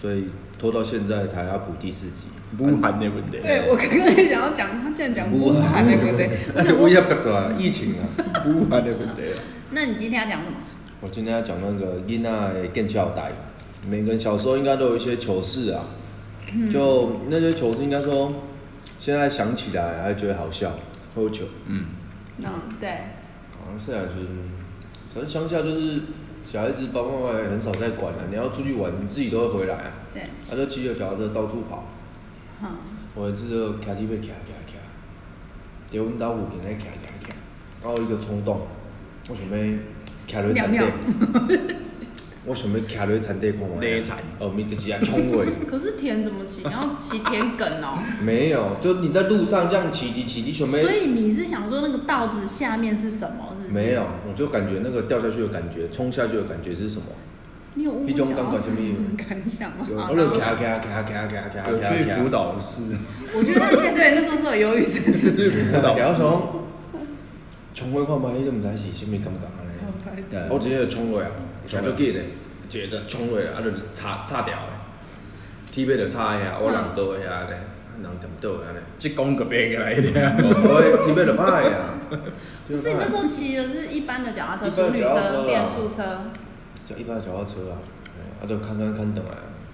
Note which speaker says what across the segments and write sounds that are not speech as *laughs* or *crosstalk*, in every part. Speaker 1: 所以拖到现在才要补第四集。
Speaker 2: 不含的问题。
Speaker 3: 对，我刚刚也想要讲，他竟然讲乌汉那个对。
Speaker 1: 那就不要不走啊，疫情啊， *laughs* 武汉的问题啊。
Speaker 3: 那你今天要讲什么？
Speaker 1: 我今天要讲那个囡仔的建校代，每个人小时候应该都有一些糗事啊，就那些糗事应该说，现在想起来还觉得好笑，喝酒。
Speaker 2: 嗯，
Speaker 3: 嗯，对，
Speaker 1: 好像是啊，就是，反正乡下就是小孩子爸爸妈妈也很少在管啊了、你要出去玩，你自己都会回来啊。
Speaker 3: 对，
Speaker 1: 他就骑着小车到处跑，
Speaker 3: 嗯，
Speaker 1: 我还记得开机被啊卡卡卡，在我们家附近在啊卡卡卡，然后一个冲动，我想要卡落田
Speaker 3: 尿
Speaker 1: 底
Speaker 3: 尿，
Speaker 1: 我想要卡落田底看完。
Speaker 2: 勒残
Speaker 1: 哦，咪就是啊，冲尾。
Speaker 3: 可是田怎么骑？你要骑田埂哦。
Speaker 1: 没有，就你在路上这样骑骑骑骑，想要
Speaker 3: 所以你是想说那个稻子下面是什么？是不是？
Speaker 1: 没有，，我就感觉那个掉下去的感觉，冲下去的感觉是什么？
Speaker 3: 你有误
Speaker 1: 那种感觉什么意思
Speaker 3: 感想吗？
Speaker 1: 有，
Speaker 2: 啊
Speaker 3: 好
Speaker 1: 我就卡卡卡卡卡卡卡。
Speaker 2: 我去辅导室，
Speaker 3: 我觉得对对，那时候是有忧郁症，是
Speaker 1: *laughs*
Speaker 3: 不是？
Speaker 2: 辅导
Speaker 1: 然后
Speaker 2: 室。
Speaker 1: 从冲过看嘛，伊都毋知是啥物感觉安
Speaker 3: *laughs* 好白
Speaker 1: 尼。
Speaker 3: 痴
Speaker 2: 对
Speaker 1: 我直接就冲落啊，行足紧嘞，直接就冲落啊，啊就插插掉的，铁尾就插遐，我人倒遐安尼，人踮倒安尼。
Speaker 2: 这公个别个来的。
Speaker 1: 哦我铁尾就歹啊。
Speaker 3: 嗯 *laughs* 不是你那时候骑的是一般的脚踏车、
Speaker 1: 一
Speaker 3: 淑
Speaker 1: 般的
Speaker 3: 女
Speaker 1: 脚踏车啊
Speaker 3: 车、
Speaker 1: 啦
Speaker 3: 变速车。
Speaker 1: 就一般的脚踏车啊，啊就看看看倒来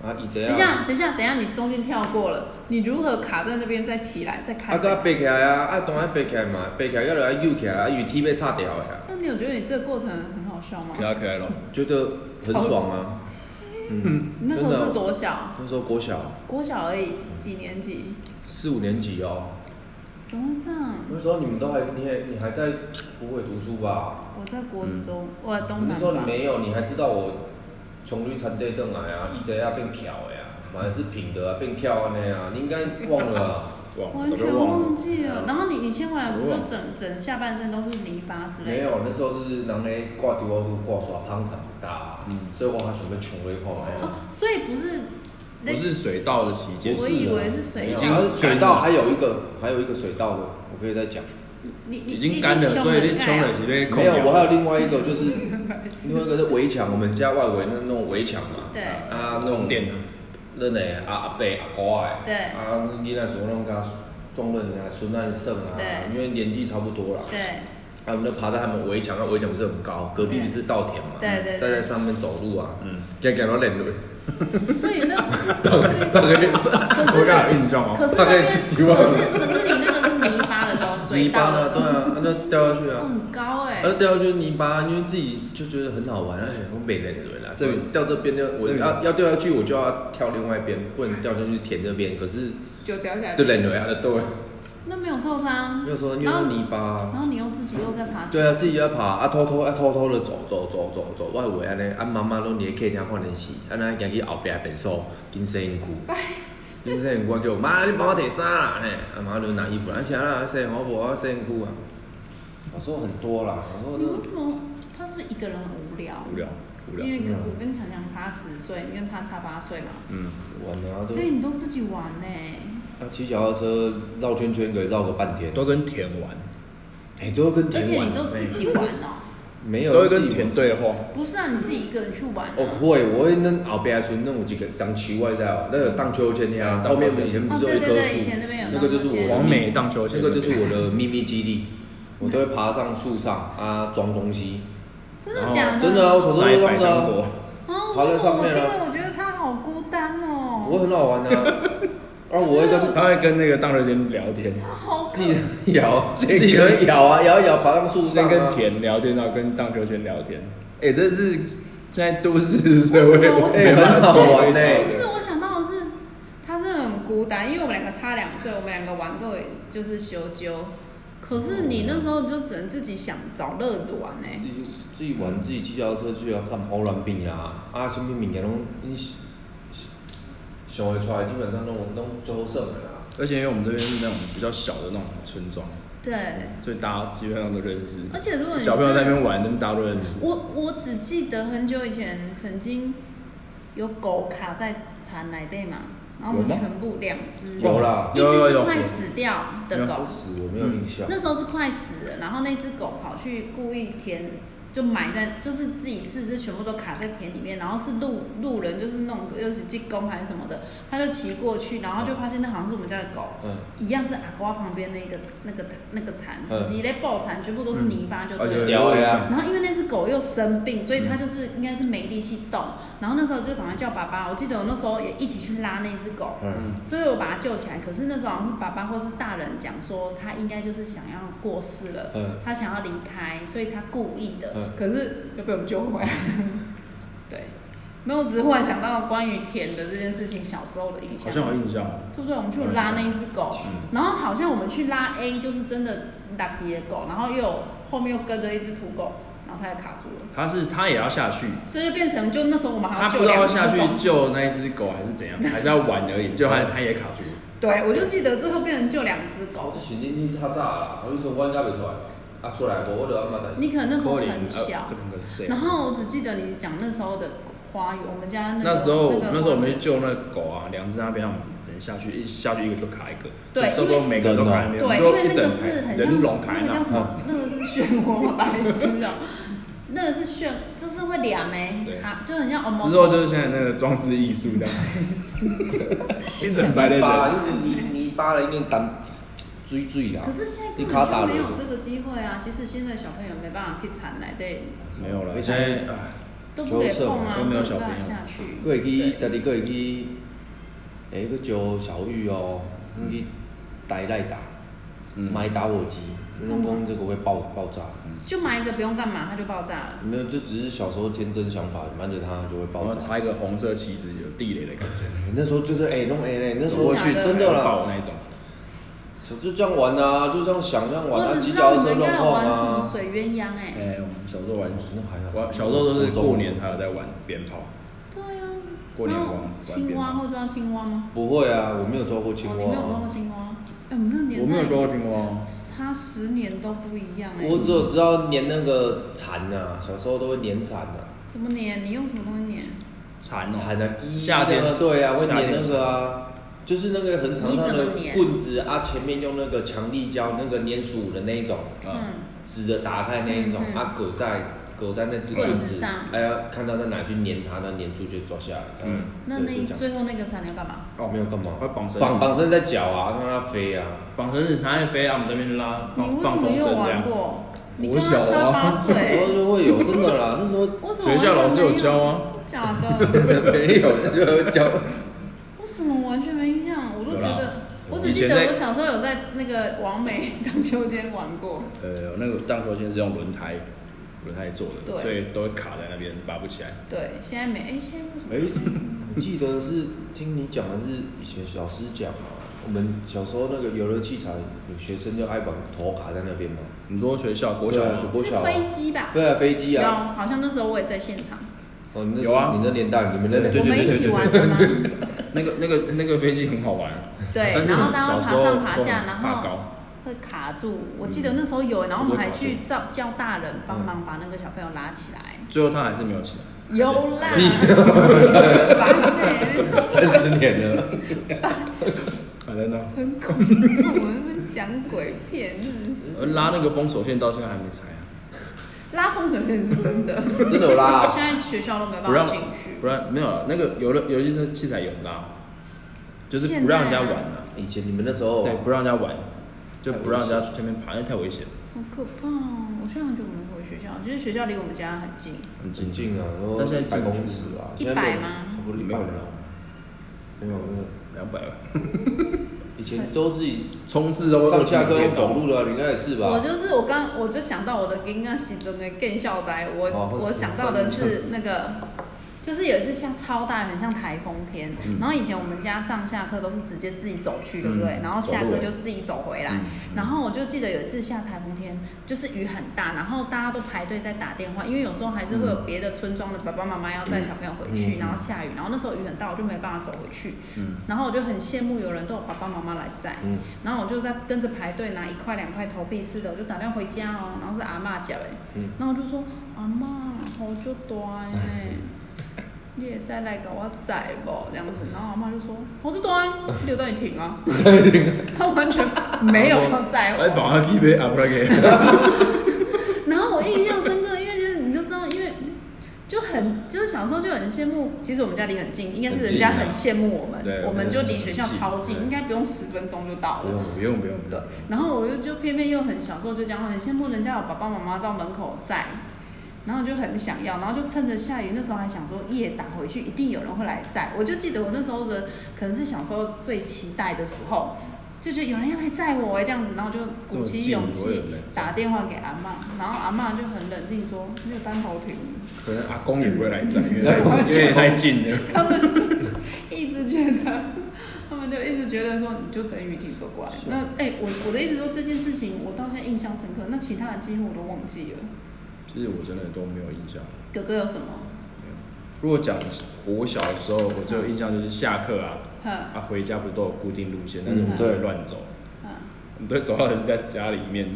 Speaker 1: 啊，啊伊这
Speaker 3: 等一下，等一下，等一下，你中间跳过了，你如何卡在那边再起来再
Speaker 1: 啊
Speaker 3: 看
Speaker 1: 甲
Speaker 3: 再
Speaker 1: 爬
Speaker 3: 看？
Speaker 1: 起来啊，啊当然爬起来嘛，爬起来要落来扭起来，啊因为铁尾插掉的啊，
Speaker 3: 那你有觉得你这个过程很好笑吗
Speaker 2: 比？较可爱咯。
Speaker 1: 觉得很爽啊。嗯，
Speaker 3: 你那时
Speaker 1: 真
Speaker 3: 候
Speaker 1: 的
Speaker 3: 是多小？
Speaker 1: 那时候国小
Speaker 3: 国小而已，几年级？
Speaker 1: 四五年级哦。
Speaker 3: 怎么会这样？
Speaker 1: 那时候你们都还，你也你还在湖北读书吧？
Speaker 3: 我在国中，我在东
Speaker 1: 那
Speaker 3: 南
Speaker 1: 时候你
Speaker 3: 吧。
Speaker 1: 没有，你还知道我从绿产地邓来啊，一直要变翘的呀、啊，还是平的啊，变翘安尼啊，你应该忘了啊。
Speaker 2: 哇，
Speaker 3: 完
Speaker 2: 早就
Speaker 3: 全
Speaker 2: 忘
Speaker 3: 忘
Speaker 2: 了。
Speaker 3: 记了。然后你你牵回来不是
Speaker 1: 我
Speaker 3: 说
Speaker 1: 忘了
Speaker 3: 整整下半身都是泥巴之类
Speaker 1: 没
Speaker 3: 的？
Speaker 1: 有，那时候是人咧挂丢奥都挂耍胖场大，啊
Speaker 2: 嗯
Speaker 1: 所以我还想要穷一块啊
Speaker 3: 哦，所以不是那
Speaker 2: 不是水稻的期间，
Speaker 3: 我以为是水
Speaker 2: 已
Speaker 3: 稻
Speaker 2: 经
Speaker 1: 然
Speaker 2: 干
Speaker 1: 后
Speaker 2: 了
Speaker 1: 水稻还有一个，还有一个水稻的，我可以再讲。
Speaker 3: 你你
Speaker 2: 已经干了，所以你啊冲了是被
Speaker 1: 没有，我还有
Speaker 2: 了。
Speaker 1: 另外一个，就是另外一个是围墙，我们家外围那那种围墙嘛。
Speaker 3: 对
Speaker 1: 啊，那
Speaker 2: 通
Speaker 1: 种
Speaker 2: 电啊，
Speaker 1: 恁的啊阿伯阿姑的，
Speaker 3: 对
Speaker 1: 啊囡仔时候拢甲撞人啊、孙啊、婶啊，
Speaker 3: 对
Speaker 1: 因为年纪差不多啦，
Speaker 3: 对
Speaker 1: 啊，我们就爬在他们围墙，那啊围墙不是很高，隔壁
Speaker 3: 对
Speaker 1: 是稻田嘛，
Speaker 3: 对对对
Speaker 1: 站在上面走路啊，
Speaker 2: 嗯，
Speaker 1: 给给到
Speaker 3: *laughs*
Speaker 1: 人类，
Speaker 3: 所以那
Speaker 1: 大概
Speaker 3: 可
Speaker 2: 我
Speaker 3: 是
Speaker 2: 刚有印象哦。
Speaker 3: 可是
Speaker 1: 大
Speaker 3: 那
Speaker 1: 概
Speaker 3: 边
Speaker 1: 几
Speaker 3: 可
Speaker 1: 几万
Speaker 3: 是可是你那个是泥巴的时候，水
Speaker 1: 泥巴
Speaker 3: 稻
Speaker 1: 啊
Speaker 3: 的，时
Speaker 1: 对
Speaker 3: 候
Speaker 1: 啊，那就掉下去啊。
Speaker 3: 很高哎、
Speaker 1: 而掉下去泥巴，因为自己就觉得很好玩，哎，我美人轮啦，这掉这边就我
Speaker 2: 嗯
Speaker 1: 要要掉下去，我就要跳另外一边，不能掉进去田这边。可是
Speaker 3: 就掉下来
Speaker 1: 对人轮啊，对，
Speaker 3: 那没有受伤，
Speaker 1: 没有说因为
Speaker 3: 然后
Speaker 1: 那泥巴啊，
Speaker 3: 然后你又自己又在爬起
Speaker 1: 对啊，自己要爬啊，偷偷啊，偷偷的走走走走走外围安尼，啊妈妈拢伫客厅看电视，啊咱行去后壁便所紧洗身躯，紧洗身躯，我叫我妈，你帮我提衫啦，嘿，啊妈就拿衣服，啊啥啦，洗好无啊，洗身躯啊。我说很多啦，我说
Speaker 3: 你为
Speaker 1: 这
Speaker 3: 什么？他是不是一个人很无聊？
Speaker 2: 无聊，无聊。
Speaker 3: 因为跟
Speaker 1: 嗯
Speaker 3: 我跟强强差十岁，你跟他差八岁嘛，
Speaker 2: 嗯，
Speaker 1: 玩啊都
Speaker 3: 所。以你都自己玩欸呢、
Speaker 1: 啊，骑脚踏车绕圈圈可以绕个半天，
Speaker 2: 都跟田玩，
Speaker 1: 哎、都要跟
Speaker 3: 而
Speaker 1: 田
Speaker 3: 且
Speaker 1: 玩哎
Speaker 3: 你都自己玩哦、
Speaker 1: 没有
Speaker 2: 都会
Speaker 1: 自
Speaker 2: 跟
Speaker 1: 己
Speaker 2: 田
Speaker 1: 玩。
Speaker 2: 对话。
Speaker 3: 不是啊，你自己一个人去玩、
Speaker 1: 哦，
Speaker 3: 啊。
Speaker 1: 会，我会那后边村那有一个长奇怪的，那个荡秋千呀，
Speaker 2: 荡秋千
Speaker 1: 后面我们以前不是有一棵
Speaker 3: 哦对对对以前那边有
Speaker 1: 树，那个就是我
Speaker 3: 荡秋千
Speaker 2: 黄美荡秋千
Speaker 1: 那个就是我的秘密基地，我都会爬上树上啊装东西，
Speaker 3: 真的假的？
Speaker 1: 真的啊，我手都
Speaker 2: 摘
Speaker 1: 会
Speaker 2: 百
Speaker 1: 弄的
Speaker 2: 香果
Speaker 1: 啊，，
Speaker 3: 啊，
Speaker 1: 爬
Speaker 3: 我
Speaker 1: 在
Speaker 3: 为什么
Speaker 1: 上
Speaker 3: 我
Speaker 1: 面
Speaker 3: 听
Speaker 1: 啊
Speaker 3: 了我觉得他好孤单哦、
Speaker 1: 我很好玩啊，啊，我会跟
Speaker 2: 他会跟那个荡秋千聊天，
Speaker 3: 他好可
Speaker 1: 自己摇，自
Speaker 2: 先跟
Speaker 1: 己能摇啊，摇一摇爬上树上
Speaker 2: 先
Speaker 1: 啊，
Speaker 2: 跟田聊天，然后跟荡秋千聊天。哎，这是现在都市社会，
Speaker 3: 为
Speaker 1: 哎
Speaker 3: 什么
Speaker 1: 很好玩呢
Speaker 3: 不是，我想到的是，他是很孤单，因为我们两个差两岁，我们两个玩够就是修究。可是你那时候就只能自己想找乐子玩欸呢、
Speaker 1: 自己自己玩，自己骑脚踏车去啊，干跑软饼啊，啊，什么物件拢，你想会出来，基本上拢拢最好耍的啦。
Speaker 2: 而且因为我们这边是那种比较小的那种村庄，
Speaker 3: 对，
Speaker 2: 所以大家基本上都认识。
Speaker 3: 而且如果你
Speaker 2: 小朋友在那
Speaker 3: 真的
Speaker 2: 边玩，那么大家都认识。
Speaker 3: 我我只记得很久以前曾经有狗卡在蚕奶袋嘛，然后我们
Speaker 2: 有吗
Speaker 3: 全部两只，
Speaker 1: 有啦
Speaker 3: 一
Speaker 2: 有有
Speaker 3: 只是
Speaker 2: 有
Speaker 3: 快死掉的狗
Speaker 1: 不，啊死我没有印象。
Speaker 3: 那时候是快死了，然后那只狗跑去故意填，就埋在，就是自己四肢全部都卡在田里面，然后是路路人，就是那种又是进攻还是什么的，他就骑过去，然后就发现那好像是我们家的狗，
Speaker 1: 嗯，
Speaker 3: 一样是阿瓜旁边那个那个那个蚕，
Speaker 1: 嗯
Speaker 3: 以及那爆蚕，全部都是泥巴就
Speaker 2: 啊有
Speaker 3: 对了。
Speaker 2: 有
Speaker 1: 屌的啊
Speaker 3: 然后因为那只狗又生病，所以它就是应该是没力气动。然后那时候就赶快叫爸爸，我记得我那时候也一起去拉那只狗，
Speaker 1: 嗯，
Speaker 3: 所以我把它救起来。可是那时候好像是爸爸或是大人讲说，他应该就是想要过世了，
Speaker 2: 呃
Speaker 1: 嗯
Speaker 3: 他想要离开，所以他故意的。
Speaker 1: 嗯
Speaker 3: 可是又被我们救
Speaker 2: *laughs*
Speaker 3: 回来。对，没有，只是忽然想到关于田的这件事情，小时候的印象
Speaker 2: 好。像有嗯印象。
Speaker 3: 对不对？我们去拉那一只狗，然后好像我们去拉 A 就是真的拉迪的狗，然后又有后面又跟着一只土狗，然后它也卡住了，
Speaker 2: 他是他也要下去，
Speaker 3: 所以就变成就那时候我们
Speaker 2: 他
Speaker 3: 还要
Speaker 2: 不
Speaker 3: 救
Speaker 2: 知道要
Speaker 3: 两只
Speaker 2: 下去
Speaker 3: 狗。
Speaker 2: 救那一只狗还是怎样，还是要玩而已，就他他也卡住。
Speaker 3: 对，我就记得最后变成救两只
Speaker 1: 我
Speaker 3: 狗。
Speaker 1: 这神经病较早啦，我就说我应该袂出来，啊出来无我就阿妈在。
Speaker 3: 你可能那时候
Speaker 2: 柯林
Speaker 3: 很小
Speaker 2: 啊，这两个是谁？
Speaker 3: 然后我只记得你讲那时候的花园，我们家那个
Speaker 2: 那时候
Speaker 3: 那个
Speaker 2: 那时候我们去救那个狗啊，两只那边我们人下去一下去一个就卡一个，
Speaker 3: 对
Speaker 2: 就到时候每个人都卡在那边，
Speaker 3: 对，
Speaker 2: 就
Speaker 3: 因为
Speaker 2: 一
Speaker 3: 那
Speaker 2: 整
Speaker 3: 个
Speaker 2: 排
Speaker 3: 是很像
Speaker 2: 人龙卡在
Speaker 3: 那个叫什
Speaker 2: 那。嗯
Speaker 3: 么？那个是漩涡吗？白痴哦、那个是漩，就是会凉哎、
Speaker 2: 对
Speaker 3: 卡就很像 o m
Speaker 2: 之后就是现在那个装置艺术这 *laughs* 样，一整排的
Speaker 1: 巴，
Speaker 2: 人，
Speaker 1: 就是泥泥巴了，一面当水水啦
Speaker 2: 嗯
Speaker 3: 可。是现在根
Speaker 1: 你卡
Speaker 3: 本
Speaker 1: 打
Speaker 3: 就
Speaker 1: 了
Speaker 3: 没有这个机会啊！其实现在小朋友没办法去产来对，
Speaker 2: 没有了，现在啊唉，
Speaker 3: 都不得碰啊，
Speaker 2: 都没有小朋友
Speaker 3: 办法下去。
Speaker 1: 佫会去，
Speaker 3: 对
Speaker 1: 家己佫会去，诶，佫招小玉哦，阮去台内打，买打火机，因为讲这个会爆爆炸。
Speaker 3: 就埋着不用干嘛，它就爆炸了。
Speaker 1: 没有，这只是小时候天真想法，瞒着它就会
Speaker 2: 我
Speaker 1: 爆
Speaker 2: 们
Speaker 1: 炸。
Speaker 2: 插一个红色旗子，有地雷的感觉，
Speaker 1: 那时候就是哎，弄哎嘞，那时
Speaker 2: 走
Speaker 1: 候
Speaker 2: 过去
Speaker 3: 真的假的
Speaker 1: 真的啦，
Speaker 2: 爆那种。
Speaker 1: 就这样玩啊，就这样想，这样玩
Speaker 3: 我
Speaker 1: 啊，
Speaker 3: 只
Speaker 1: 骑
Speaker 3: 知道
Speaker 1: 脚
Speaker 3: 我
Speaker 1: 踏
Speaker 3: 们
Speaker 1: 车
Speaker 3: 应
Speaker 1: 乱
Speaker 3: 该有
Speaker 1: 晃
Speaker 3: 玩什么
Speaker 1: 啊。
Speaker 3: 水鸳鸯哎，
Speaker 2: 哎，我们小时候玩，
Speaker 1: 那还好
Speaker 2: 玩小时候都是过年啊还有在玩鞭炮，
Speaker 3: 对啊，
Speaker 2: 过年
Speaker 3: 然后
Speaker 2: 玩玩
Speaker 3: 青
Speaker 2: 鞭
Speaker 3: 蛙
Speaker 2: 炮
Speaker 3: 会抓青蛙吗？
Speaker 1: 不会啊，我没有抓过青
Speaker 3: 哦，你没
Speaker 1: 蛙
Speaker 3: 有抓
Speaker 1: 啊
Speaker 3: 过。青蛙？哎，我们这个年代
Speaker 2: 我没有抓过青蛙，
Speaker 3: 差十年都不一样哎
Speaker 1: 我。只有知道粘那个蝉啊，小时候都会粘蝉啊，
Speaker 3: 怎么粘？你用什么东西粘？
Speaker 2: 蚕哦，
Speaker 1: 蝉啊，鸡
Speaker 2: 夏天
Speaker 1: 那个对啊，会
Speaker 2: 夏天
Speaker 1: 粘那个啊，就是那个很长
Speaker 3: 你怎么
Speaker 1: 长的
Speaker 3: 粘
Speaker 1: 棍子啊，前面用那个强力胶那个粘鼠的那一种，
Speaker 2: 嗯，
Speaker 3: 嗯，
Speaker 1: 直的打开那一种
Speaker 3: 嗯嗯
Speaker 1: 啊，狗在狗在那只棍
Speaker 3: 棍子
Speaker 1: 子
Speaker 3: 上，
Speaker 1: 哎呀，看到在哪去粘它，那粘住就抓下来，这样
Speaker 2: 嗯，
Speaker 3: 那
Speaker 1: 对
Speaker 3: 那
Speaker 1: 就这样
Speaker 3: 最后那个蚕你要干嘛？
Speaker 1: 哦，没有干嘛，
Speaker 2: 会绑绳子
Speaker 1: 绑绑绳在脚啊，让它飞啊。
Speaker 2: 绑绳子，它在飞，啊，我们这边就拉
Speaker 3: 你
Speaker 2: 放放
Speaker 3: 为什么
Speaker 2: 风
Speaker 3: 又
Speaker 2: 筝这
Speaker 3: 玩
Speaker 2: 样。
Speaker 3: 过？你
Speaker 2: 我
Speaker 3: 跟他
Speaker 2: 小
Speaker 3: 差
Speaker 2: 啊
Speaker 3: 八
Speaker 1: 那时候
Speaker 3: 岁，
Speaker 2: *laughs*
Speaker 1: 就会有，真的啦，那时候
Speaker 3: 为什么
Speaker 2: 学校
Speaker 3: 完
Speaker 2: 老师
Speaker 3: 全没
Speaker 2: 有教啊，
Speaker 3: 真假的？
Speaker 1: 没有，那就会教。
Speaker 3: 为什么完全没印象？我都觉
Speaker 2: 有啦
Speaker 3: 得，我只
Speaker 2: 以
Speaker 3: 记
Speaker 2: 前
Speaker 3: 得
Speaker 2: 在
Speaker 3: 我小时候有在那个王美 *laughs* 荡秋千玩过。
Speaker 2: 呃，那个荡秋千是用轮胎轮胎做
Speaker 3: 对
Speaker 2: 的，所以都会卡在那边拔不起来。
Speaker 3: 对，现在没，哎，现在为什么？
Speaker 1: 哎、 *laughs* 我记得是听你讲的是以前老师讲嘛，我们小时候那个游乐器材，有学生就爱把头卡在那边嘛。
Speaker 2: 你说学校国小
Speaker 1: 对啊
Speaker 2: 吗
Speaker 1: 国
Speaker 3: 是
Speaker 1: 小啊
Speaker 3: 飞机吧？
Speaker 1: 对啊，飞机
Speaker 3: 有，
Speaker 1: 啊。
Speaker 3: 好像那时候我也在现场，
Speaker 1: 哦，你那
Speaker 2: 有啊
Speaker 1: 你那年代，你们那
Speaker 2: 对
Speaker 3: 我
Speaker 1: 年
Speaker 2: 对
Speaker 3: 们一起玩的吗？
Speaker 2: 那个那个那个飞机很好玩，
Speaker 3: 对
Speaker 2: 但，是
Speaker 3: 然后大家
Speaker 2: 小
Speaker 3: 爬
Speaker 2: 时候
Speaker 3: 上爬下，
Speaker 2: 都很
Speaker 3: 然
Speaker 2: 怕
Speaker 3: 后
Speaker 2: 高，嗯
Speaker 3: 会卡住。我记得那时候有，然后我们还去
Speaker 1: 我
Speaker 3: 叫叫大人帮
Speaker 2: 嗯
Speaker 3: 忙把那个小朋友拉起来。
Speaker 2: 最后他还是没有起来。
Speaker 3: *laughs* 有啦，烦欸
Speaker 1: 三十年了，
Speaker 2: 还在那
Speaker 3: 很恐怖，我们讲鬼片，真的是
Speaker 2: 呃拉那个封锁线到现在还没拆啊，
Speaker 3: 拉风水线是真的。
Speaker 1: 真的有啦。
Speaker 3: 现在学校都没
Speaker 2: 不
Speaker 3: 办法
Speaker 2: 让
Speaker 3: 进去
Speaker 2: 不，让没有啊那个游乐游戏是器材有拉，就是不让人家玩了、
Speaker 1: 以前你们那时候
Speaker 2: 对，不让人家玩，就不让人家去前面爬，那太危险了，
Speaker 3: 好可怕哦！我现在很久没回学校，其实学校离我们家很近，
Speaker 2: 很
Speaker 1: 很
Speaker 2: 紧张。
Speaker 1: 近啊，都
Speaker 2: 但现在进
Speaker 1: 百公
Speaker 2: 去
Speaker 1: 尺啊，
Speaker 3: 一
Speaker 1: 现在没有
Speaker 3: 百吗
Speaker 1: 差不多一百了。没有，没有，
Speaker 2: 两百吧，
Speaker 1: 以前都自己
Speaker 2: 冲刺都
Speaker 1: 上下
Speaker 2: 20
Speaker 1: 课都
Speaker 2: 分钟
Speaker 1: 走路了，你应该也是吧？
Speaker 3: 我就是我刚我就想到我的刚刚洗中的更校呆，我、
Speaker 1: 哦
Speaker 3: 我想到的是那个就是有一次像超大，很像台风天，
Speaker 1: 嗯
Speaker 3: 然后以前我们家上下课都是直接自己走去，对不对？
Speaker 1: 嗯
Speaker 3: 然后下课就自己走回来。
Speaker 1: 嗯
Speaker 3: 然后我就记得有一次下台风天，就是雨很大，然后大家都排队在打电话，因为有时候还是会有别的村庄的爸爸妈妈要带小朋友回去，
Speaker 1: 嗯
Speaker 3: 然后下雨，然后那时候雨很大，我就没办法走回去。
Speaker 1: 嗯
Speaker 3: 然后我就很羡慕有人都有爸爸妈妈来载，
Speaker 1: 嗯
Speaker 3: 然后我就在跟着排队拿一块两块投币式的，我就打电话回家哦，然后是阿嬷叫哎，
Speaker 1: 嗯
Speaker 3: 然后我就说阿嬷好就欸大呢，你也再来给我载不这样子，然后阿嬷就说哦好就大，留到你停啊，他完全没有要载
Speaker 2: 哎，
Speaker 3: 我，
Speaker 2: 帮他去买阿布拉给。 *laughs*
Speaker 3: 然后我印象深刻，因为就是你就知道，因为就很就是小时候就很羡慕，其实我们家离很近，应该是人家很羡慕我们，
Speaker 2: 很近啊对
Speaker 3: 我们就离
Speaker 1: 我们
Speaker 3: 学校
Speaker 1: 很近
Speaker 3: 超近，
Speaker 1: 对
Speaker 3: 应该不用十分钟就到
Speaker 2: 不
Speaker 3: 了。
Speaker 2: 用不用不用不
Speaker 3: 对
Speaker 2: 用。，
Speaker 3: 嗯然后我就就偏偏又很小时候就这样，很羡慕人家有爸爸妈妈到门口载，然后就很想要，然后就趁着下雨，那时候还想说夜打回去一定有人会来载，我就记得我那时候的可能是小时候最期待的时候，就觉得有人要来载我哎这样子，然后就鼓起勇
Speaker 2: 这么近有
Speaker 3: 气
Speaker 2: 人来载
Speaker 3: 打电话给阿妈，然后阿妈就很冷静说没有单头亭，
Speaker 2: 可能阿公也不会来站，因为
Speaker 1: *laughs*
Speaker 2: 因为太近了。
Speaker 3: 一直觉得，他们就一直觉得说，你就等雨停走过来。那哎、我我的意思说这件事情，我到现在印象深刻，那其他的几乎我都忘记了。
Speaker 2: 其实我真的都没有印象。
Speaker 3: 哥哥有什么？
Speaker 2: 如果讲我小的时候，我最有印象就是下课啊，
Speaker 3: 哼
Speaker 2: 啊回家不是都有固定路线，但是我们
Speaker 1: 嗯
Speaker 2: 都
Speaker 1: 对
Speaker 2: 会乱走，
Speaker 3: 哼，
Speaker 2: 我们都会走到人家家里面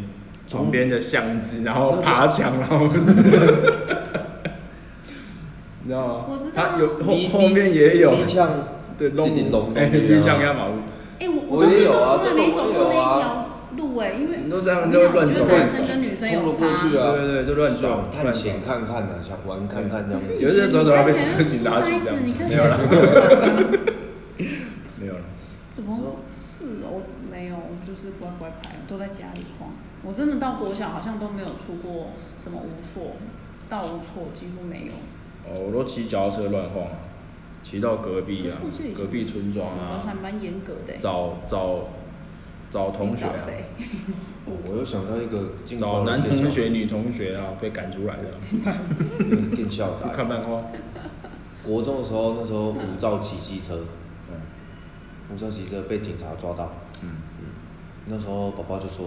Speaker 1: 从
Speaker 2: 旁边的巷
Speaker 1: 嗯
Speaker 2: 子，然后爬
Speaker 1: *laughs*
Speaker 2: 墙，然后。 *laughs* 你知道吗？
Speaker 3: 我知道啊
Speaker 2: 他有后
Speaker 1: 你
Speaker 2: 后面也有，
Speaker 1: 你像
Speaker 2: 对，
Speaker 1: 叮叮咚咚
Speaker 2: 哎，
Speaker 1: 的啊
Speaker 2: 你像压马路，
Speaker 3: 哎、我
Speaker 1: 我
Speaker 3: 就是
Speaker 1: 也有啊
Speaker 3: 都从来没走过那
Speaker 1: 这个我也有
Speaker 3: 一条
Speaker 1: 啊
Speaker 3: 路哎、因为
Speaker 2: 你都这样就乱走
Speaker 3: 我觉得
Speaker 2: 乱
Speaker 3: 男生
Speaker 2: 走
Speaker 3: 跟女生
Speaker 1: 冲
Speaker 3: 有
Speaker 1: 了
Speaker 3: 差
Speaker 1: 过。去啊，
Speaker 2: 对对对就乱撞
Speaker 1: 爽探
Speaker 2: 乱
Speaker 1: 险看看啊，想玩看看这
Speaker 3: 可
Speaker 1: 样子
Speaker 3: 是。
Speaker 2: 有
Speaker 3: 以
Speaker 2: 时
Speaker 3: 前
Speaker 2: 候
Speaker 3: 你
Speaker 2: 走走还被
Speaker 3: 看起来
Speaker 2: 被警察
Speaker 3: 就是
Speaker 2: 局这
Speaker 3: 书呆
Speaker 2: 样
Speaker 3: 子，你看起
Speaker 2: 没有
Speaker 3: 来
Speaker 2: 啦
Speaker 3: 就是
Speaker 2: 没有了。
Speaker 3: 怎么是哦？没有，就是乖乖牌，都在家里晃。我真的到国小好像都没有出过什么无措，到无措几乎没有。
Speaker 2: 哦，我都骑脚踏车乱晃啊，骑到隔壁啊
Speaker 3: 可是我记得以前，
Speaker 2: 隔壁村庄
Speaker 3: 我们还
Speaker 2: 啊，
Speaker 3: 蛮严格的欸。
Speaker 2: 找找找同学
Speaker 3: 你
Speaker 2: 啊
Speaker 3: 找，谁？
Speaker 1: 哦我又想到一个劲爆
Speaker 2: 找
Speaker 1: 的
Speaker 2: 男
Speaker 1: 电
Speaker 2: 同
Speaker 1: 校嗯
Speaker 2: 学、女同学啊，被赶出来的啊， *laughs*
Speaker 1: 电校
Speaker 2: 去看
Speaker 1: 打。
Speaker 2: 漫画。
Speaker 1: 国中的时候，那时候无照骑机车，
Speaker 2: 嗯
Speaker 1: 无照骑车被警察抓到。
Speaker 2: 嗯，
Speaker 1: 那时候宝宝就说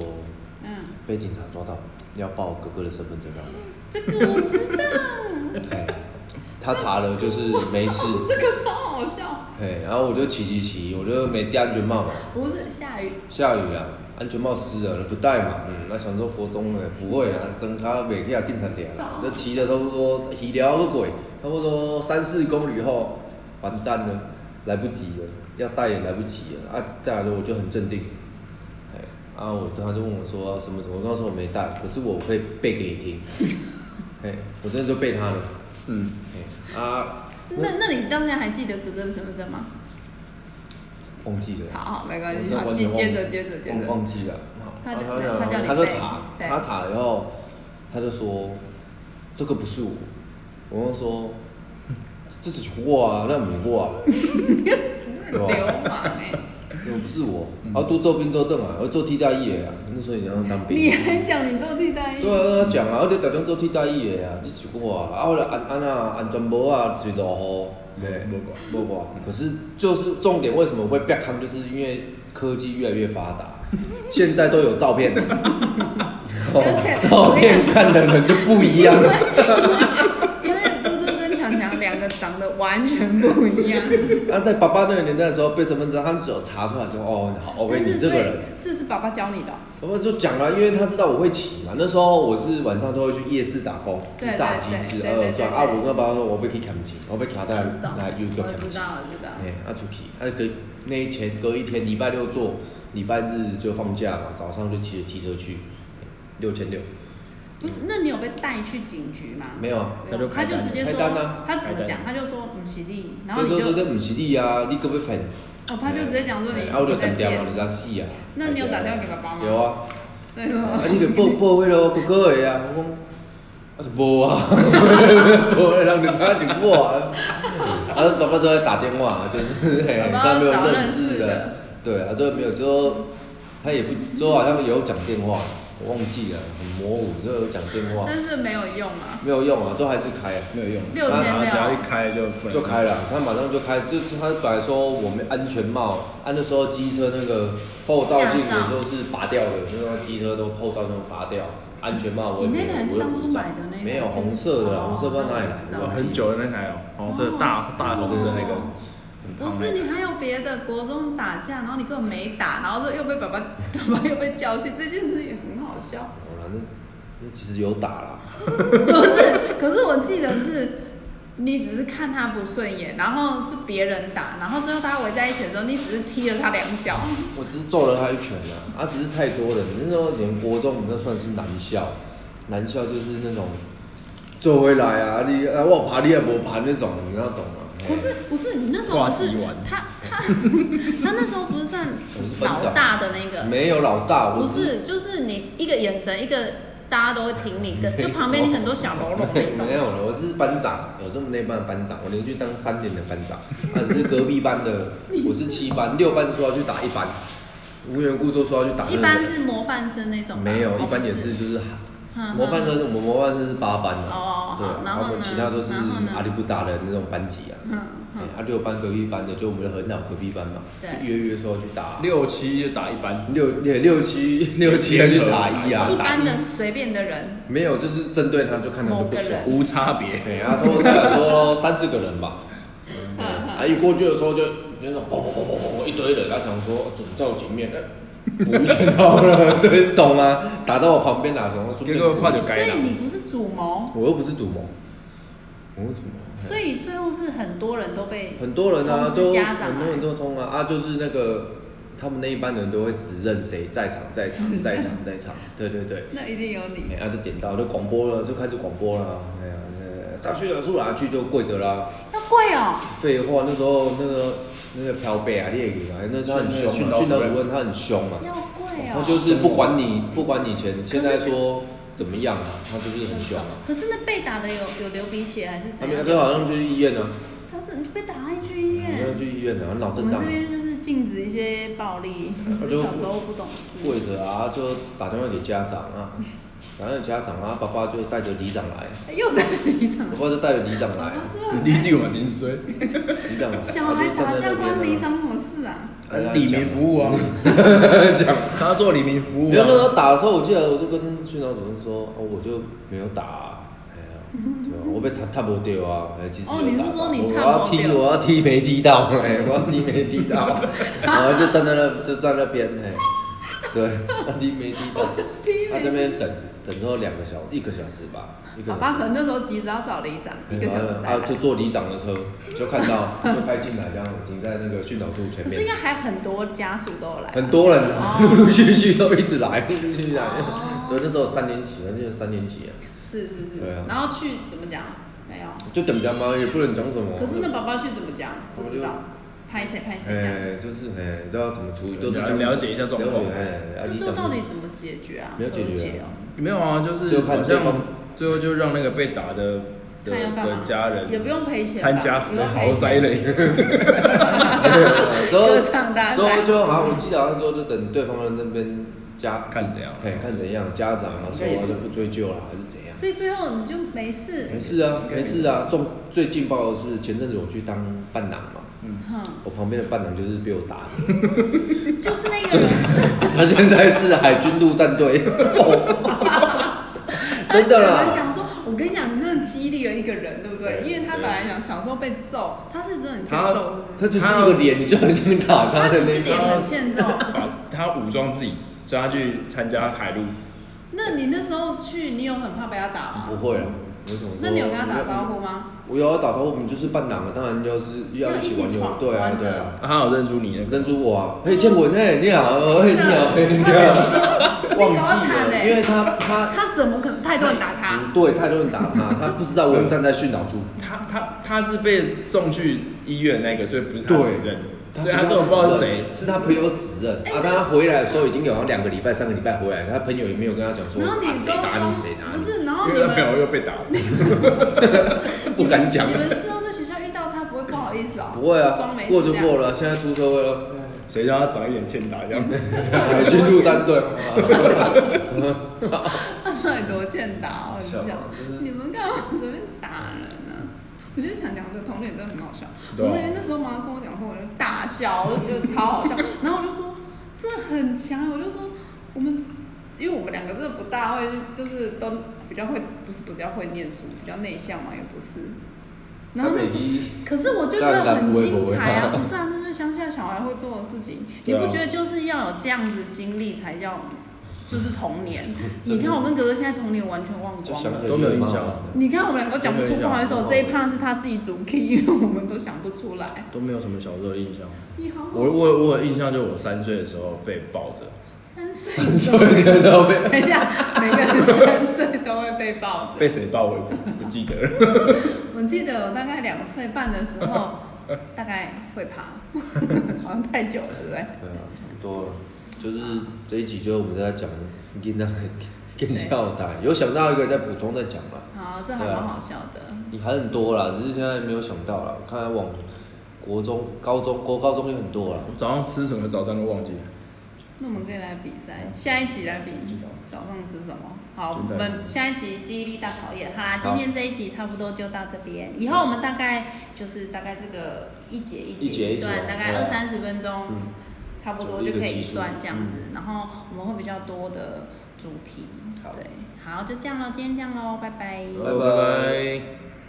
Speaker 3: 嗯，
Speaker 1: 被警察抓到，要报哥哥的身份证啊让我。
Speaker 3: 这个我知道，
Speaker 1: 哎他查了就是没事，
Speaker 3: 这个超好笑。
Speaker 1: 嘿，然后我就骑骑骑，我就没戴安全帽嘛，
Speaker 3: 不是下雨，
Speaker 1: 下雨了，安全帽湿了，不戴嘛，嗯，那想说国中的不会啊，真他袂去啊，警察抓啦，那骑了差不多骑了个鬼，差不多三四公里后，完蛋了，来不及了，要戴也来不及了，啊，再来了我就很镇定，哎，啊，我他就问我说、啊什么什么，我告诉我没戴，可是我会背给你听，哎，我真的就背他了，
Speaker 2: 嗯，
Speaker 1: 哎，啊，
Speaker 3: 那那你到现在还记得哥哥的身份证吗？
Speaker 1: 忘记
Speaker 2: 啊
Speaker 1: 了。
Speaker 3: 好好，没关
Speaker 1: 我
Speaker 3: 系，
Speaker 1: 真的
Speaker 3: 好，
Speaker 1: 完
Speaker 3: 接
Speaker 1: 全忘
Speaker 3: 接着接着接
Speaker 1: 忘
Speaker 3: 着。
Speaker 1: 忘记了。
Speaker 3: 他就
Speaker 1: 然后呢
Speaker 3: 他叫你
Speaker 1: 他就
Speaker 3: 背
Speaker 1: 查，
Speaker 3: 对
Speaker 1: 他查了以后，他就说这个不是我，我就说这只是我啊，那没我啊， *laughs*
Speaker 3: 流氓哎！
Speaker 1: 那不是我，
Speaker 3: 嗯
Speaker 1: 啊，都做兵做证啊，我做替代役的啊，那时候你要当
Speaker 3: 你
Speaker 1: 兵。
Speaker 3: 还讲你做替代役
Speaker 2: *laughs*
Speaker 1: 对？啊，跟他讲啊，我就打算做替代役的啊，这是我啊，啊，我就安安啊，安全帽啊，就是落雨，对，
Speaker 2: 没管
Speaker 1: 不管。可是就是重点，为什么会被坑，就是因为科技越来越发
Speaker 3: *laughs*
Speaker 1: 达，现在都有照片，哦
Speaker 3: 而且
Speaker 1: 照片看的人就不一样了。
Speaker 3: 因为嘟嘟跟强强两个长得完全不一样。
Speaker 1: 那在爸爸那个年代的时候，被身份证他们只有查出来说，哦，好
Speaker 3: 但
Speaker 1: ，OK，
Speaker 3: 是
Speaker 1: 你这个人。
Speaker 3: 所以这是爸爸教你的哦。
Speaker 1: 我们就讲了，因为他知道我会骑嘛。那时候我是晚上都会去夜市打工，
Speaker 3: 对
Speaker 1: 去炸鸡翅、
Speaker 3: 对对
Speaker 1: 二
Speaker 3: 对
Speaker 1: 转
Speaker 3: 对
Speaker 1: 啊。我跟爸爸说，我被去砍鸡，我被卡带
Speaker 3: 知道
Speaker 1: 来又叫
Speaker 3: 我
Speaker 1: 砍
Speaker 3: 知
Speaker 1: 鸡
Speaker 3: 道。，我知道。
Speaker 1: 哎，啊出去，啊隔那一前隔一天，礼拜六做，礼拜日就放假嘛，早上就骑着机车去，六千六，
Speaker 3: 不是，那你有被带去警局吗？
Speaker 1: 没有啊，
Speaker 3: 没有
Speaker 2: 他
Speaker 3: 他就
Speaker 2: 就开单
Speaker 3: 直接
Speaker 1: 开
Speaker 3: 说
Speaker 1: 单啊，
Speaker 3: 他怎么
Speaker 2: 开单
Speaker 3: 讲？他就说嗯，是你，然后你
Speaker 1: 那时候
Speaker 3: 就
Speaker 1: 说这不是你啊，你可不可以骗？
Speaker 3: 哦，他就直接讲说你
Speaker 1: 哎啊我就
Speaker 3: 你在
Speaker 1: 打电话，
Speaker 3: 骗
Speaker 1: 你。在死啊？
Speaker 3: 那你有打电话给爸爸吗？
Speaker 1: 有。啊，
Speaker 3: 那什
Speaker 1: 啊
Speaker 3: 么？
Speaker 1: 你就报报迄个哥哥的啊，我讲。啊就无 *laughs* 啊，无的人就知影是我啊。啊，爸爸就在打电话， *laughs* 就是嘿，
Speaker 3: 爸爸
Speaker 1: 但没有
Speaker 3: 找认
Speaker 1: 认
Speaker 3: 识
Speaker 1: 识
Speaker 3: 的
Speaker 1: 的，对啊，就没有，之后他也不，之后好像有讲电话，我忘记了，很模糊，因为有讲电话，
Speaker 3: 但是没有用啊。
Speaker 1: 没有用啊，之后还是开啊。
Speaker 2: 没有用，
Speaker 3: 六
Speaker 2: 他
Speaker 3: 千
Speaker 2: 拿
Speaker 3: 六
Speaker 2: 只要一开就不能
Speaker 1: 就开了，他马上就开，就是他本来说我们安全帽，按、那时候机车那个后照镜有时候是拔掉的，那时候机车都后照镜都拔掉，安全帽我也
Speaker 3: 你
Speaker 1: 没
Speaker 3: 那个
Speaker 1: 有
Speaker 3: 还，是
Speaker 1: 我又
Speaker 3: 当初
Speaker 1: 不
Speaker 3: 买的那个？
Speaker 1: 没有红色的，啊红色不知道哪里来
Speaker 3: 哦
Speaker 1: 的，
Speaker 2: 很久的那台哦，红色大大红色那个，很胖
Speaker 3: 不
Speaker 2: 那
Speaker 3: 是，
Speaker 2: 个
Speaker 3: 你还有别的国中打架，然后你根本没打，然后又被爸爸 *laughs* 爸爸又被教训，这件事也很好笑。
Speaker 1: 好了，那那其实有打啦，
Speaker 3: *laughs* 不是，可是我记得是，你只是看他不顺眼，然后是别人打，然后最后大家围在一起的时候，你只是踢了他两脚。
Speaker 1: 我只是揍了他一拳啊，啊，只是太多人，那时候连国中我们那算是男校，男校就是那种做回来啊，你啊我爬你也不爬那种，你要懂啊。
Speaker 3: 不
Speaker 1: 嘿
Speaker 3: 是不是，你那时候不是
Speaker 2: 挂机完
Speaker 3: 他
Speaker 1: *laughs*
Speaker 3: 他他那时候不是算
Speaker 1: 是班
Speaker 3: 老
Speaker 1: 长
Speaker 3: 大的那个，
Speaker 1: 没有老大，我
Speaker 3: 不
Speaker 1: 只
Speaker 3: 是，就是你一个眼神，一个大家都会挺你，
Speaker 1: *laughs*
Speaker 3: 跟就旁边你很多小喽啰那种。
Speaker 1: 没有了，我是班长，我是我们那班的班长，我连续当三年的班长，啊，只是隔壁班的，我是七班，六班说要去打一班，无缘无故说说要去打那
Speaker 3: 一
Speaker 1: 个
Speaker 3: 般是模范生那种吧。
Speaker 1: 没有，一
Speaker 3: 哦
Speaker 1: 般也
Speaker 3: 不
Speaker 1: 是就是
Speaker 3: 嗯
Speaker 1: 模范生，我们模范生是八班的，
Speaker 3: 哦
Speaker 1: 对
Speaker 3: 好，然后
Speaker 1: 我
Speaker 3: 呢
Speaker 1: 们其他都是
Speaker 3: 然后呢
Speaker 1: 阿里不达的那种班级啊，
Speaker 3: 嗯
Speaker 1: 哎
Speaker 3: 嗯，
Speaker 1: 啊六班隔壁班的，就我们的很好隔壁班嘛，
Speaker 3: 对
Speaker 1: 就约约说要去打
Speaker 2: 六七就打一般，
Speaker 1: 六六六七六七要去打一啊，
Speaker 3: 一
Speaker 1: 打
Speaker 3: 般的随便的人，
Speaker 1: 没有就是针对他就看他们不
Speaker 3: 某个
Speaker 1: 爽
Speaker 3: 人。
Speaker 2: 无差别。 *laughs*
Speaker 1: 对啊，差不多来说三四个人吧。
Speaker 3: *laughs* 嗯嗯
Speaker 1: 啊，一过去的时候就那种砰砰砰砰砰一堆人，他啊想说准在我前面，哎补一拳好了， *laughs* 对，懂吗？打到我旁边啦，想说顺便
Speaker 2: 结果
Speaker 1: 补
Speaker 2: 快
Speaker 1: 一
Speaker 2: 就
Speaker 1: 拳
Speaker 3: 所
Speaker 2: 改了
Speaker 3: 以你不是主谋，
Speaker 1: 我又不是主谋，我又主谋。
Speaker 3: 所以最后是很多人都被
Speaker 1: 很多人啊，
Speaker 3: 通知
Speaker 1: 都
Speaker 3: 家长
Speaker 1: 很多人都通啊啊，就是那个他们那一班人都会指认谁在场，在场，
Speaker 3: *laughs*
Speaker 1: 在场，在场，对对对。
Speaker 3: 那一定有你
Speaker 1: 哎，啊就点到就广播了，就开始广播了。哎呀，呃上去了出来去就跪着啦。
Speaker 3: 要跪哦，
Speaker 1: 废话，那时候那个那个朴北啊，列给啊，那他很凶
Speaker 2: 训
Speaker 1: 嘛，
Speaker 2: 导
Speaker 1: 训导
Speaker 2: 主任
Speaker 1: 主任他很凶嘛，
Speaker 3: 要跪
Speaker 1: 他
Speaker 3: 哦。
Speaker 1: 就是不管你不管你前现在说怎么样啊，他就是很凶啊。
Speaker 3: 可是那被打的有有流鼻血还是
Speaker 1: 他
Speaker 3: 怎
Speaker 1: 们
Speaker 3: 样？
Speaker 1: 他好像去医院啊，
Speaker 3: 他是被打到去医
Speaker 1: 好
Speaker 3: 院
Speaker 1: 像。去医院啊，脑
Speaker 3: 我
Speaker 1: 震
Speaker 3: 们
Speaker 1: 荡
Speaker 3: 这
Speaker 1: 啊。
Speaker 3: 边就是禁止一些暴力，
Speaker 1: 我就
Speaker 3: 小时候不懂事。
Speaker 1: 跪着啊，就打电话给家长啊，打电话给家长啊，爸爸就带着里长来，
Speaker 3: 哎又在里长，
Speaker 1: 爸爸就带着里长来，啊
Speaker 2: 你对我真衰，
Speaker 1: 里长来，
Speaker 3: 小孩打架关里
Speaker 1: 长，
Speaker 3: 长什么事啊？
Speaker 1: 哎
Speaker 2: 李明
Speaker 1: 务。
Speaker 2: 服务啊，嗯 *laughs* 讲他做李明服务
Speaker 1: 没有那时
Speaker 2: 啊，
Speaker 1: 候打的时候，我记得我就跟训导主任说，哦，我就没有打、啊，哎呀，对啊我被他他不丢啊，哎，其实
Speaker 3: 哦
Speaker 1: 有
Speaker 3: 你是
Speaker 1: 打
Speaker 3: 说
Speaker 1: 吧
Speaker 3: 你
Speaker 1: 我
Speaker 3: 踏
Speaker 1: 要
Speaker 3: 没
Speaker 1: 踢，
Speaker 3: 到哦
Speaker 1: 我要踢没踢到，哎，我要踢没踢到，然后就站在那就站那边，哎，对，我踢没踢到，他这边等等之后两个小一个小时吧，一个
Speaker 3: 爸爸
Speaker 1: 小
Speaker 3: 可
Speaker 1: 时。哎
Speaker 3: 能那时候急着要找里长，一个小时才
Speaker 1: 啊，就
Speaker 3: 来。
Speaker 1: 坐里长的车，就看到就开进来，这样停在那个训导处前
Speaker 3: 可是应
Speaker 1: 面，
Speaker 3: 该还很多家属都有来吧，
Speaker 1: 很多人
Speaker 3: 哦
Speaker 1: 陆陆续续都一直来，陆陆续续来
Speaker 3: 哦。
Speaker 1: 对，那时候三年级，那就是三年级啊，
Speaker 3: 是是是
Speaker 1: 对啊，
Speaker 3: 然后去怎么讲？没有，
Speaker 1: 就等家嘛，也不能讲什么。
Speaker 3: 可是那爸爸去怎么讲？不知道，拍谁拍谁这样。
Speaker 1: 哎，就是哎，知道怎么处理，都是
Speaker 2: 了
Speaker 1: 这样
Speaker 2: 了解一下状况
Speaker 1: 了解哎，啊
Speaker 3: 那
Speaker 1: 里
Speaker 3: 这
Speaker 1: 长
Speaker 3: 到底怎么解决啊？
Speaker 1: 没有解决啊
Speaker 3: 和哦。
Speaker 2: 没有啊，就是
Speaker 1: 就
Speaker 2: 好
Speaker 1: 看对
Speaker 2: 像
Speaker 1: 方
Speaker 2: 最后就让那个被打的的
Speaker 3: 看要干
Speaker 2: 的
Speaker 3: 嘛？
Speaker 2: 家
Speaker 3: 也
Speaker 2: 人
Speaker 3: 不用赔钱吧，
Speaker 2: 参加
Speaker 3: 也不
Speaker 1: 哎
Speaker 3: 用
Speaker 2: 豪
Speaker 3: 赔钱
Speaker 2: 塞嘞，
Speaker 1: 啊之后
Speaker 3: 歌唱大
Speaker 1: 之后
Speaker 3: 赛。
Speaker 1: 就好像我记得好像之后就等对方的那边家
Speaker 2: *laughs* 看怎样啊
Speaker 1: 哎，看怎样，家长啊
Speaker 2: 应
Speaker 1: 说
Speaker 2: 该也
Speaker 1: 啊就不追究了，还是怎样？
Speaker 3: 所以最后你就没事
Speaker 1: 没，事啊，没事啊。重最劲爆的是前阵子我去当伴郎嘛， *laughs*
Speaker 3: 哼，
Speaker 1: 我旁边的伴郎就是被我打
Speaker 3: *laughs*
Speaker 1: 的，
Speaker 3: 就是那个人，
Speaker 1: 他现在是海军陆战队，真的
Speaker 3: 他可能
Speaker 1: 啦。
Speaker 3: 想说，我跟你讲，你真的激励了一个人，对不对？
Speaker 1: 对
Speaker 3: 因为他
Speaker 1: 对
Speaker 3: 本来想小时候被揍，他是真的很欠揍，
Speaker 1: 他就是一个脸，你就很想打他
Speaker 3: 他只
Speaker 1: 的那
Speaker 3: 是
Speaker 1: 个。
Speaker 3: 脸很欠揍。
Speaker 2: 把他武装自己，叫他去参加海陆，
Speaker 3: 那你那时候去，你有很怕被他打吗？
Speaker 1: 不会啊，我什么时候？
Speaker 3: 那你有跟他打招呼吗？
Speaker 1: 我有要啊打招呼，我们就是伴郎啊，当然要是要一起玩
Speaker 3: 要一起
Speaker 1: 游
Speaker 3: 闯，
Speaker 1: 对啊
Speaker 3: 玩的
Speaker 1: 对啊。
Speaker 2: 啊他有认出你那个，
Speaker 1: 认出我啊，嘿，建文哎，你好，嘿，你好，嘿，
Speaker 3: *laughs*
Speaker 1: 你好，忘记了，因为他他
Speaker 3: 他怎么可能太多人打他？
Speaker 1: 对，太多人打他，他不知道我有站在训导处。
Speaker 2: 他他他是被送去医院那个，所以不是他
Speaker 1: 对
Speaker 2: 指认，所以他根本不知道是谁。
Speaker 1: 是他朋友指
Speaker 3: 哎
Speaker 1: 认啊。他回来的时候已经有好像两个礼拜、三个礼拜回来，他朋友也没有跟他讲说
Speaker 3: 然后你
Speaker 1: 啊谁打
Speaker 3: 高
Speaker 1: 你
Speaker 3: 中
Speaker 1: 谁打
Speaker 3: 不
Speaker 1: 你，
Speaker 3: 是，然后
Speaker 2: 因
Speaker 3: 你
Speaker 2: 为他
Speaker 3: 们
Speaker 2: 朋友又被打了，
Speaker 1: 不敢讲 *laughs*
Speaker 3: 你。们事后在学校遇到他不会不好意思哦？
Speaker 1: 不不会啊
Speaker 3: 装没，事
Speaker 1: 过就
Speaker 3: *laughs*
Speaker 1: 过了，现在出社会了，
Speaker 2: *laughs* 谁叫他长一点欠打 *laughs* 这样？
Speaker 1: 军陆战队，
Speaker 3: 到底多欠打，哦我很
Speaker 1: 笑
Speaker 3: 笑
Speaker 1: 真的。
Speaker 3: 你们干嘛随便打人呢、我觉得讲讲这个童年真的很好笑。
Speaker 2: 对啊
Speaker 3: 不是因为那时候妈妈跟我讲说，我就大笑，我就觉得超好笑。然后我就说这很强，欸我就说我们，因为我们两个真的不大会，就是都比较会，不是比较会念书，比较内向嘛，也不是。然后那时候可是我就觉得很精彩啊，不是啊，那是乡下小孩会做的事情。你
Speaker 2: 对啊
Speaker 3: 不觉得就是要有这样子经历才叫，就是童
Speaker 2: *laughs*
Speaker 3: 年？
Speaker 1: 真
Speaker 3: 你
Speaker 1: 的
Speaker 3: 看我跟哥哥现在童年完全忘
Speaker 1: 就
Speaker 3: 光
Speaker 1: 想
Speaker 3: 了。
Speaker 2: 都没有印象
Speaker 3: 你看我们两个讲不出
Speaker 2: 真的
Speaker 3: 话的时候，
Speaker 2: 想不
Speaker 3: 这一趴是他自己主 key，因为我们都想不出来。
Speaker 2: 都没有什么小时候的印象。
Speaker 3: 你好
Speaker 2: 我我我有印象，就是我三岁的时候被抱着，
Speaker 3: 三岁的时候，等一下，每个人三岁都会被抱着
Speaker 2: 被。谁抱我也不不记得了。 *laughs*
Speaker 3: 我记得我大概两岁半的时候，大概会爬， *laughs* 好像太久了，对不对？
Speaker 1: 对啊，差不多了。就是这一集就是我们在讲跟那个跟校打，有想到一个再补充再讲吧。
Speaker 3: 好，这还
Speaker 2: 啊
Speaker 3: 蛮好笑的。
Speaker 1: 你还很多啦，只是现在没有想到啦。我看来往国中、高中、国高中也很多啦。啊
Speaker 2: 我早上吃什么早餐都忘记了。
Speaker 3: 那我们可以来比赛，下一集来比
Speaker 2: 知道
Speaker 3: 早上吃什么。好，
Speaker 2: 真的
Speaker 3: 我们下一集记忆力大考验。好啦，今
Speaker 1: 好
Speaker 3: 天这一集差不多就到这边。以后我们大概就是大概这个一节一
Speaker 1: 一节一节
Speaker 3: 段，大概
Speaker 1: 对啊
Speaker 3: 二三十分钟
Speaker 1: 嗯，
Speaker 3: 差不多
Speaker 1: 就一
Speaker 3: 就
Speaker 1: 个
Speaker 3: 可以
Speaker 1: 集
Speaker 3: 一
Speaker 1: 数嗯
Speaker 3: 段这样子。然后我们会比较多的主题。
Speaker 1: 好
Speaker 3: 对，好，就这样喽，今天这样喽，拜拜。
Speaker 1: 好
Speaker 2: 拜拜。